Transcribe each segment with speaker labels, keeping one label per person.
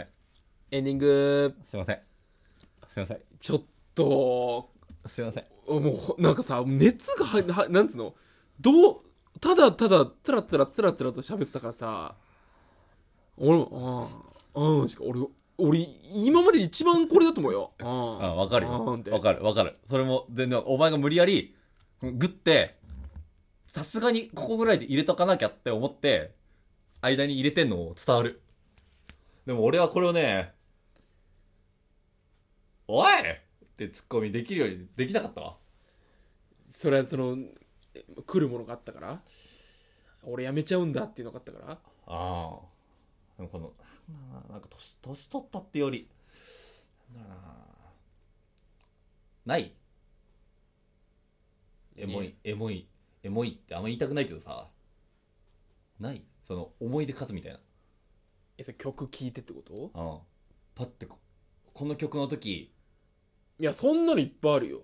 Speaker 1: エンディング
Speaker 2: すいませんすいません
Speaker 1: ちょっと
Speaker 2: すいません
Speaker 1: もうほなんかさ熱がははなんつうのどうただただつらつらつらつらと喋ってたからさ俺もあーうんしか俺俺今まで一番これだと思うよあ
Speaker 2: あ
Speaker 1: ー
Speaker 2: わかる
Speaker 1: あ
Speaker 2: よ
Speaker 1: ーんって
Speaker 2: わかるわかるそれも全然お前が無理やりグッてさすがにここぐらいで入れとかなきゃって思って間に入れてんの伝わるでも俺はこれをね「おい!」ってツッコミできるようにできなかったわ
Speaker 1: それはその来るものがあったから俺やめちゃうんだっていうのがあったから
Speaker 2: ああでもこのなんだろうななんか年年取ったってよりなんだろうなないエモい、
Speaker 1: ね
Speaker 2: エモいエモいってあんま言いたくないけどさないその思い出数みたいな
Speaker 1: えそれ曲聴いてってこと
Speaker 2: うんパッてここの曲の時
Speaker 1: いやそんなのいっぱいあるよ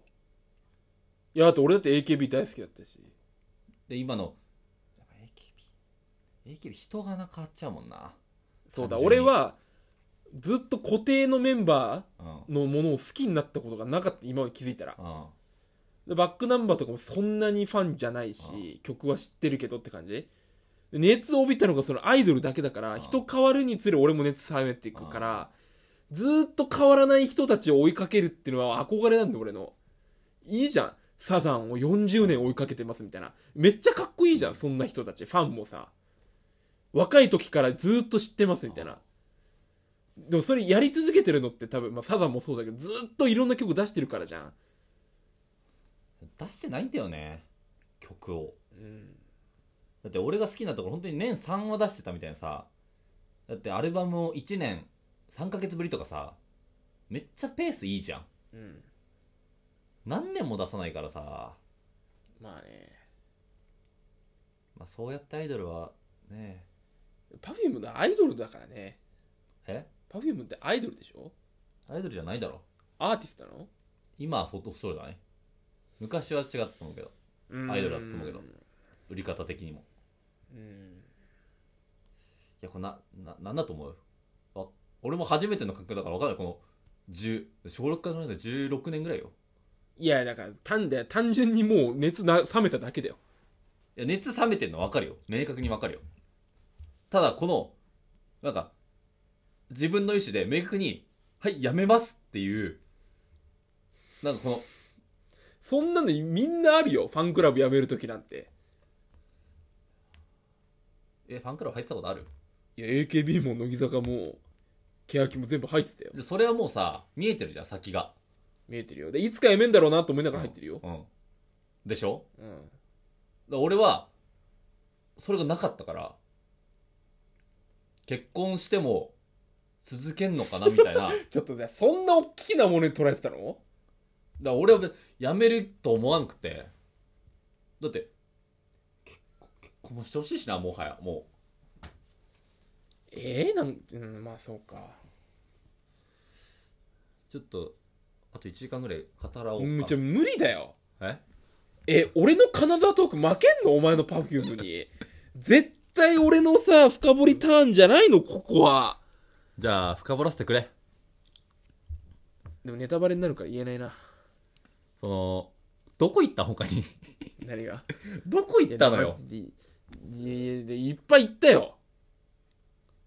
Speaker 1: いやだって俺だって AKB 大好きだったし
Speaker 2: で今のやっぱ AKB AKB 人がな変わっちゃうもんな
Speaker 1: そうだ
Speaker 2: 単純
Speaker 1: 俺
Speaker 2: に
Speaker 1: はずっと固定のメンバ
Speaker 2: うん
Speaker 1: ーのものを好きになったことがなかった今まで気づいたら
Speaker 2: うん
Speaker 1: でバックナンバーとかもそんなにファンじゃないし曲は知ってるけどって感じで熱を帯びたのがそのアイドルだけだから
Speaker 2: ん
Speaker 1: 人変わるにつれ俺も熱冷めていくからずーっと変わらない人たちを追いかけるっていうのは憧れなんで俺のいいじゃんサザンを40年追いかけてますみたいなめっちゃかっこいいじゃんそんな人たちファンもさ若い時からずーっと知ってますみたいなでもそれやり続けてるのって多分、まあ、サザンもそうだけどずーっといろんな曲出してるからじゃん
Speaker 2: 出してないんだよね曲を
Speaker 1: うん
Speaker 2: だって俺が好きなところ本当に年3は出してたみたいなさだってアルバムを1年3ヶ月ぶりとかさめっちゃペースいいじゃん
Speaker 1: うん
Speaker 2: 何年も出さないからさ、
Speaker 1: まあね
Speaker 2: まあ、そうやってアイドルはね
Speaker 1: Perfume のアイドルだからね
Speaker 2: え
Speaker 1: Perfume ってアイドルでしょ
Speaker 2: アイドルじゃないだろ
Speaker 1: アーティストなの
Speaker 2: 今は相当そうだね昔は違ったと思うけどアイドルだと思うけど売り方的にも
Speaker 1: うん
Speaker 2: いやこれなななんだと思うあ俺も初めての感覚だから分かんないこの10小6からで16年ぐらいよ
Speaker 1: いやだから単で単純にもう熱な冷めただけだよ
Speaker 2: いや、熱冷めてんの分かるよ。明確に分かるよ。ただ、この、なんか、自分の意思で明確に、はい、やめますっていう、なんかこの、
Speaker 1: そんなのみんなあるよファンクラブ辞める時なんて
Speaker 2: え、ファンクラブ入ってたことある
Speaker 1: いや AKB も乃木坂も欅も全部入ってたよ
Speaker 2: でそれはもうさ、見えてるじゃん、先が。
Speaker 1: 見えてるよでいつか辞めんだろうなと思いながら入ってるよ、
Speaker 2: うん。でしょ
Speaker 1: うん、
Speaker 2: だから俺は、それがなかったから、結婚しても、続けんのかなみたいな。
Speaker 1: ちょっとねそんな大きなものに捉えてたの
Speaker 2: だから俺は別に辞めると思わなくてだって結婚結婚もしてほしいしなもはやも
Speaker 1: ええなんうんまあそうか
Speaker 2: うちょっとあと1時間ぐらい語らおうか
Speaker 1: うんちょ無理だよ
Speaker 2: え
Speaker 1: え、俺の金沢トーク負けんのお前のパフュームに。絶対俺のさ、深掘りターンじゃないの、ここは。
Speaker 2: じゃあ深掘らせてくれ
Speaker 1: でもネタバレになるから言えないな。
Speaker 2: そのどこ行った他に
Speaker 1: 何が。
Speaker 2: どこ行ったのよ
Speaker 1: マジでいやいやで、いっぱい言ったよ。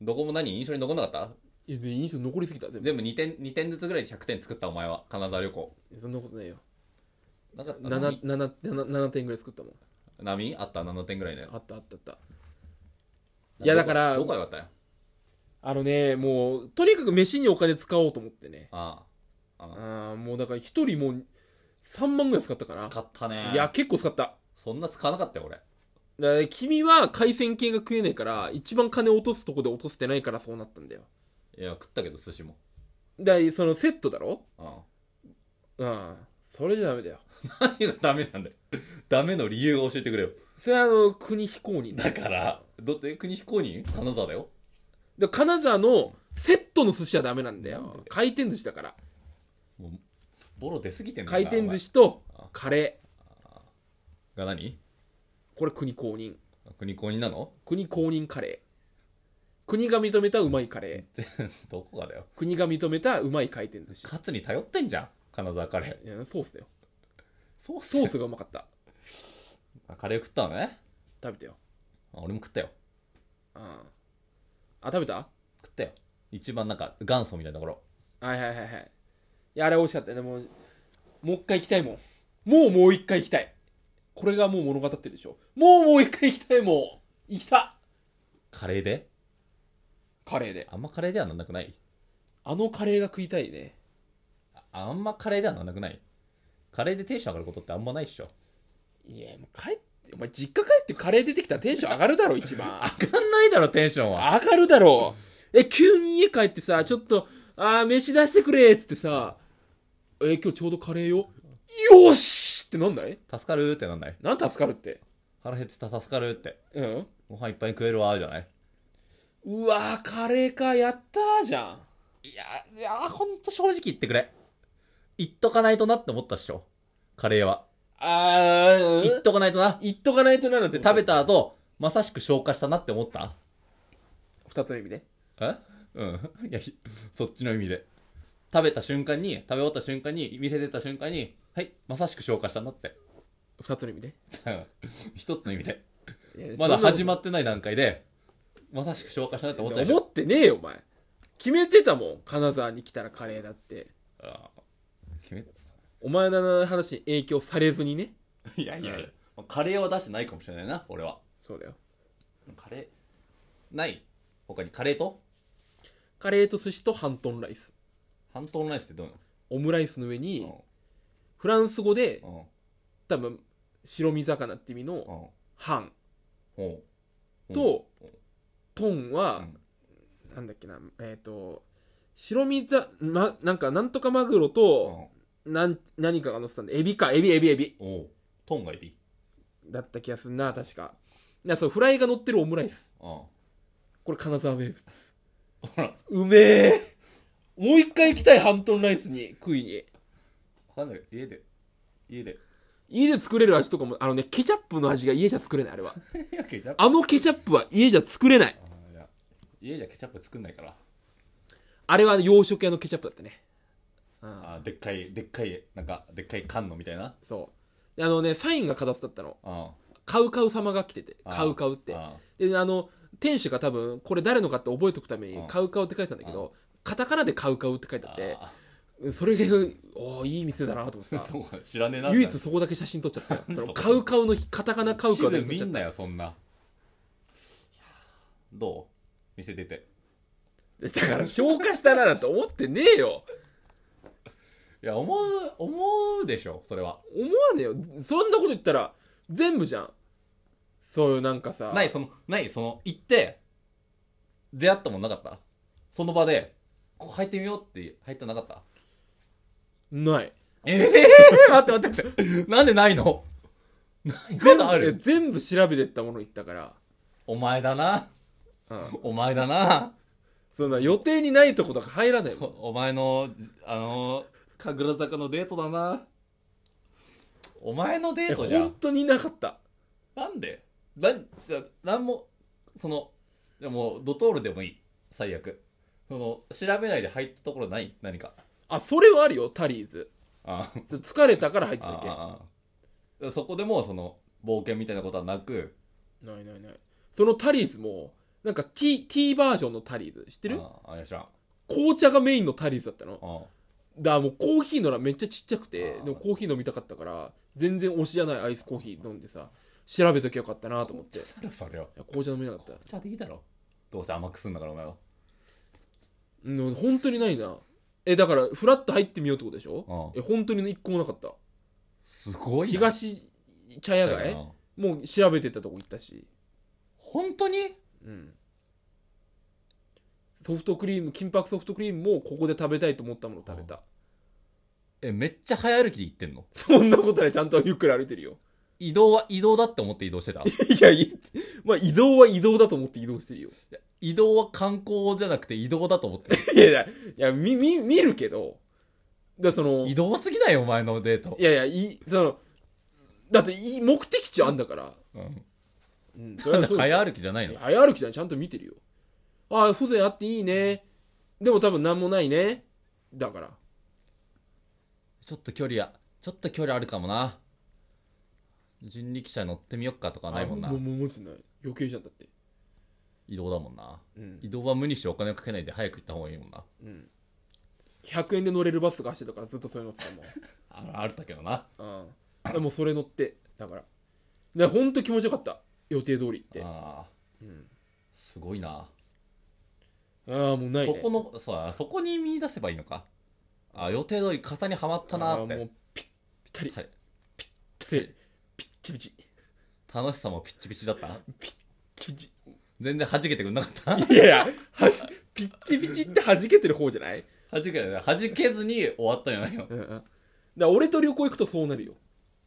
Speaker 2: どこも何印象に残んなかった
Speaker 1: いや、で印象残りすぎた、全部。
Speaker 2: 全部2点二点ずつぐらいで100点作ったお前はカナダ旅行
Speaker 1: そんなことないよ。
Speaker 2: なかった
Speaker 1: 7、7、7点ぐらい作ったもん。
Speaker 2: 波波あった7点ぐらいね
Speaker 1: あったあったあった。いやだから
Speaker 2: どこが良かったよ
Speaker 1: あのね、もう、とにかく飯にお金使おうと思ってね。
Speaker 2: あ
Speaker 1: ああ、もうだから一人もう3万ぐらい使ったか
Speaker 2: あ
Speaker 1: な。
Speaker 2: 使ったね
Speaker 1: いや、結構使った。
Speaker 2: そんな使わなかったよ俺
Speaker 1: だから君は海鮮系が食えないから、一番金落とすとこで落としてないからそうなったんだよ。
Speaker 2: いや食ったけど寿司も
Speaker 1: だからそのセットだろ
Speaker 2: うん
Speaker 1: うん。それじゃダメだよ。
Speaker 2: 何がダメなんだよ。ダメの理由を教えてくれよ。
Speaker 1: それはあの、国非公認だ。
Speaker 2: だから、どって国非公認金沢だよ。
Speaker 1: で金沢のセットの寿司はダメなんだよ。回転寿司だから。
Speaker 2: もう、ボロ出すぎてんだ
Speaker 1: 回
Speaker 2: よ
Speaker 1: 転寿司とカレ
Speaker 2: お前が何
Speaker 1: ー。これ国公認。
Speaker 2: 国公認なの
Speaker 1: 国公認カレ国が認めたうまいカレ
Speaker 2: どこがだよ
Speaker 1: ー国が認めたうまい回転寿司
Speaker 2: カツに頼ってんじゃん金沢カレー
Speaker 1: いやソースだよ
Speaker 2: ソー
Speaker 1: ソースがうまかった
Speaker 2: カレー食ったのね
Speaker 1: 食べたよ
Speaker 2: あ俺も食ったよ
Speaker 1: うんあ食べた
Speaker 2: 食ったよ一番なんか元祖みたいなところ
Speaker 1: はいはいはいはいいやあれ美味しかったよねもうもう一回行きたいもんもうもう一回行きたいこれがもう物語ってるでしょもうもう一回行きたいもん行きた
Speaker 2: カレーで
Speaker 1: カレーで
Speaker 2: あんまカレーではなんなくない
Speaker 1: あのカレーが食いたいね
Speaker 2: ああんまカレーではなんなくないカレーでテンション上がることってあんまないっしょ
Speaker 1: いやもう帰ってお前実家帰ってカレー出てきたらテンション上がるだろ一番
Speaker 2: 上がんないだろテンションは
Speaker 1: 上がるだろうえ急に家帰ってさちょっとあー飯出してくれっつってさえ今日ちょうどカレーよよーしってなんない
Speaker 2: 助かるってなんない
Speaker 1: なん助かるって
Speaker 2: 腹減ってた助かるって
Speaker 1: うん
Speaker 2: ご飯いっぱい食えるわじゃないう
Speaker 1: わーカレーかやったーじゃん
Speaker 2: いやいやほんと正直言ってくれ言っとかないとなって思ったっしょカレーは
Speaker 1: あ
Speaker 2: 言っ
Speaker 1: ー
Speaker 2: とかないとなっ
Speaker 1: 言っとかないとなのってて
Speaker 2: 食
Speaker 1: 食
Speaker 2: べ
Speaker 1: べ
Speaker 2: た後まさしく消化したなって思った
Speaker 1: 二つの意味で
Speaker 2: えうん。 いや、ひそっちの意味で。食べた瞬間に、食べ終わった瞬間に、店出た瞬間に、はい、まさしく消化したんだって。
Speaker 1: 二つの意味で
Speaker 2: うん一つの意味で。
Speaker 1: いや
Speaker 2: まだ始
Speaker 1: そんな
Speaker 2: まってない段階で、まさしく消化したなって思ったでし
Speaker 1: 思
Speaker 2: ょ。
Speaker 1: ってねえよお前決めてたもん金沢に来たらカレーだって
Speaker 2: あー決め
Speaker 1: お前の話に影響されずにね
Speaker 2: いやいやいや、カレーは出してないかもしれないな、俺は。
Speaker 1: そうだよ
Speaker 2: カレー、ない他にカレーと
Speaker 1: カレーと寿司と半トンライス
Speaker 2: 半島のライスってどう
Speaker 1: オムライスの上に、
Speaker 2: なの
Speaker 1: フランス語で
Speaker 2: うん。うん。
Speaker 1: 多分白身魚って意味の
Speaker 2: うん
Speaker 1: ハン
Speaker 2: うん。
Speaker 1: と
Speaker 2: うん
Speaker 1: トン
Speaker 2: う
Speaker 1: は
Speaker 2: ん、
Speaker 1: なんだっけなえっ、と白身ざ、ま、なんかなんとかマグロ
Speaker 2: う
Speaker 1: と
Speaker 2: ん。
Speaker 1: なん何かが乗ってたんでエビかエビエビエビ
Speaker 2: おうトンがエビ。
Speaker 1: だった気がするな確かなそうフライが乗ってるオムライス
Speaker 2: うん。ほ
Speaker 1: これ金沢名物
Speaker 2: ら、
Speaker 1: うめえもう一回行きたいハントンライスに食いに
Speaker 2: わかんない。家で。家で。
Speaker 1: 家で作れる味とかもあのねケチャップの味が家じゃ作れないあれはい
Speaker 2: や、ケチャップ。
Speaker 1: あのケチャップは家じゃ作れない
Speaker 2: あいや家じゃケチャップ作んないから。
Speaker 1: あれは洋食屋のケチャップだったね
Speaker 2: あでっかい、でっかい、なんか、でっかい缶のみたいな。
Speaker 1: そう。であのね、サインが形だったの。
Speaker 2: うん。
Speaker 1: カウカウ様が来てて、
Speaker 2: あー
Speaker 1: カウカウって。
Speaker 2: あ
Speaker 1: で、あの、店主が多分、これ誰のかって覚えとくために
Speaker 2: うん、
Speaker 1: カウカウって書いてたんだけど、カタカナでカウカウって書いてあって、
Speaker 2: あ
Speaker 1: それが、おーいい店だなと思って さ、
Speaker 2: そうか知らねえな。
Speaker 1: 唯一そこだけ写真撮っちゃったよ。そ
Speaker 2: そ
Speaker 1: の
Speaker 2: う
Speaker 1: カウカウのカタカナカウカウ
Speaker 2: で
Speaker 1: で撮っ
Speaker 2: 見
Speaker 1: ちゃっ
Speaker 2: ん
Speaker 1: た。
Speaker 2: なよ、そんな。どう店出て。
Speaker 1: だから、消化したななんて思ってねえよ。
Speaker 2: いや、思う、思うでしょ、それは。
Speaker 1: 思わねえよ。そんなこと言ったら、全部じゃん。そういうなんかさ、
Speaker 2: ない、その、ない、その、行って、出会ったもんなかったその場で、ここ入ってみようって入ったのなかった
Speaker 1: ない。
Speaker 2: ええ待って待って待って。 なんでないの
Speaker 1: 全
Speaker 2: 何
Speaker 1: 部
Speaker 2: がある
Speaker 1: 全部調べてったもの言ったから、
Speaker 2: お前だな。
Speaker 1: うん。
Speaker 2: お前だな。
Speaker 1: そんな予定にないとことか入らないもん。
Speaker 2: お前の、じあの、神楽坂のデートだな。お前のデ
Speaker 1: え
Speaker 2: ートじゃ
Speaker 1: 本
Speaker 2: ん。
Speaker 1: 当になかった。
Speaker 2: なんでなん、じゃなんも、その、でも、ドトールでもいい。最悪。その、調べないで入ったところない何か。
Speaker 1: あ、それはあるよ、タリーズ。
Speaker 2: あー
Speaker 1: つ疲れたから入ってただけ。
Speaker 2: あー。そこでも、その、冒険みたいなことはなく、
Speaker 1: ないないない。そのタリーズも、なんか T、T バージョンのタリーズ。知ってる
Speaker 2: あーあ、いや知らん。あ
Speaker 1: 紅茶がメインのタリーズだったの。
Speaker 2: ー
Speaker 1: だからもうコーヒーのらめっちゃちっちゃくて
Speaker 2: あ、ー
Speaker 1: でもコーヒー飲みたかったから、全然推しじゃないアイスコーヒー飲んでさ、調べときゃよかったなと思って。い
Speaker 2: だろ、それは。
Speaker 1: や紅茶飲めなかった。
Speaker 2: お茶でいいだろ。どうせ甘くすんだから、お前は。
Speaker 1: うん、本当にないな。え、だから、フラッと入ってみようってことでしょ
Speaker 2: う
Speaker 1: え、本当に一個もなかった。
Speaker 2: すごいな。
Speaker 1: 東茶屋街
Speaker 2: うん
Speaker 1: もう調べてったとこ行ったし、
Speaker 2: 本当に
Speaker 1: うん、ソフトクリーム金箔ソフトクリームもここで食べたいと思ったものを食べた、
Speaker 2: え、めっちゃ早歩きで行ってんの
Speaker 1: そんなことないちゃんとゆっくり歩いてるよ
Speaker 2: 移動は移動だって思って移動して た
Speaker 1: いやいまあ移動は移動だと思って移動してるよ
Speaker 2: 移動は観光じゃなくて移動だと思ってる
Speaker 1: いやいやいやみみ見るけどだからその
Speaker 2: 移
Speaker 1: い
Speaker 2: 動すぎないよお前のデート、
Speaker 1: やいやいそのだってい目的地あんだから、
Speaker 2: うん、
Speaker 1: うん、そ
Speaker 2: なんだ
Speaker 1: そうです
Speaker 2: 早歩きじゃないの
Speaker 1: 早歩きじゃんちゃんと見てるよああ、風情あっていいね。でも多分何もないね。だから。
Speaker 2: ちょっと距離や、ちょっと距離あるかもな。人力車に乗ってみよっかとかはないもんな
Speaker 1: あも。う、もう、もちない。余計じゃんだって。
Speaker 2: 移動だもんな。
Speaker 1: うん。
Speaker 2: 移動は無理してお金をかけないで早く行った方がいいもんな。
Speaker 1: うん。100円で乗れるバスが走ってたからずっとそれ乗ってたもん。
Speaker 2: ああったけどな。
Speaker 1: うん、でもうそれ乗ってだからで本当気持ちよかった予定通りって
Speaker 2: ああ。
Speaker 1: あ
Speaker 2: すごいな。
Speaker 1: あーもうない、
Speaker 2: そ
Speaker 1: ね、
Speaker 2: この、そう、そこに見出せばいいのか。あ予定通り型にはまったな
Speaker 1: あ
Speaker 2: ーっ
Speaker 1: ー
Speaker 2: て
Speaker 1: もう。ピッタリ
Speaker 2: はい
Speaker 1: ピッチピチ
Speaker 2: 楽しさもピッチピチだった
Speaker 1: ピチ
Speaker 2: 全 然弾けてくんなかった
Speaker 1: いやいやはじピッチピチって弾けてる方じゃない、
Speaker 2: 弾けない弾けずに終わったんじゃないの
Speaker 1: うん、だから俺と旅行行くとそうなるよ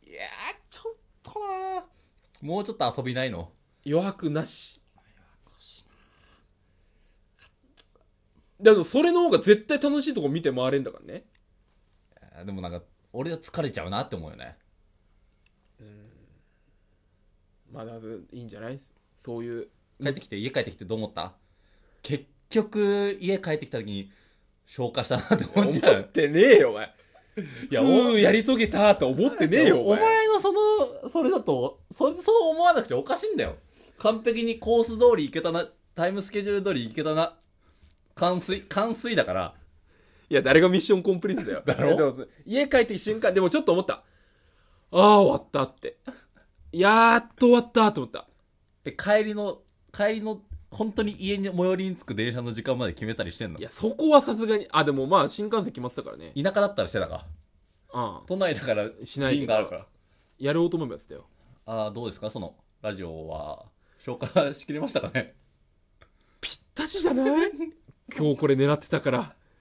Speaker 2: いやーちょっとなーもうちょっと遊びないの
Speaker 1: 余白なしだけどそれの方が絶対楽しいとこ見て回れんだからね
Speaker 2: あーでもなんか俺は疲れちゃうなって思うよね
Speaker 1: まあだからいいんじゃないそういう
Speaker 2: 帰ってきて家帰ってきてどう思った結局家帰ってきた時に消化したなって思
Speaker 1: 思
Speaker 2: っちゃ
Speaker 1: っ
Speaker 2: う
Speaker 1: てねえよお前
Speaker 2: いや
Speaker 1: う
Speaker 2: お
Speaker 1: ーやり遂げたと思ってねえよ
Speaker 2: お前のそのそれだとそれそう思わなくちゃおかしいんだよ完璧にコース通り行けたなタイムスケジュール通り行けたな完遂完遂だから
Speaker 1: いや、誰がミッションコンプリートだよ。
Speaker 2: だろ
Speaker 1: でも家帰ってきた瞬間、でもちょっと思った。ああ、終わったって。やーっと終わったと思った。
Speaker 2: え帰りの帰りの本当に家に最寄りに着く電車の時間まで決めたりしてんの
Speaker 1: いや、そこはさすがに、あ、でもまあ、新幹線決まってたからね。
Speaker 2: 田舎だったらしてたか
Speaker 1: うん。
Speaker 2: 都内だから
Speaker 1: しない
Speaker 2: 便
Speaker 1: けど
Speaker 2: があるから
Speaker 1: やろうと思えばやってたよ。
Speaker 2: ああどうですかそのラジオは消化しきれましたかね
Speaker 1: ぴったしじゃない今日これ狙ってたから。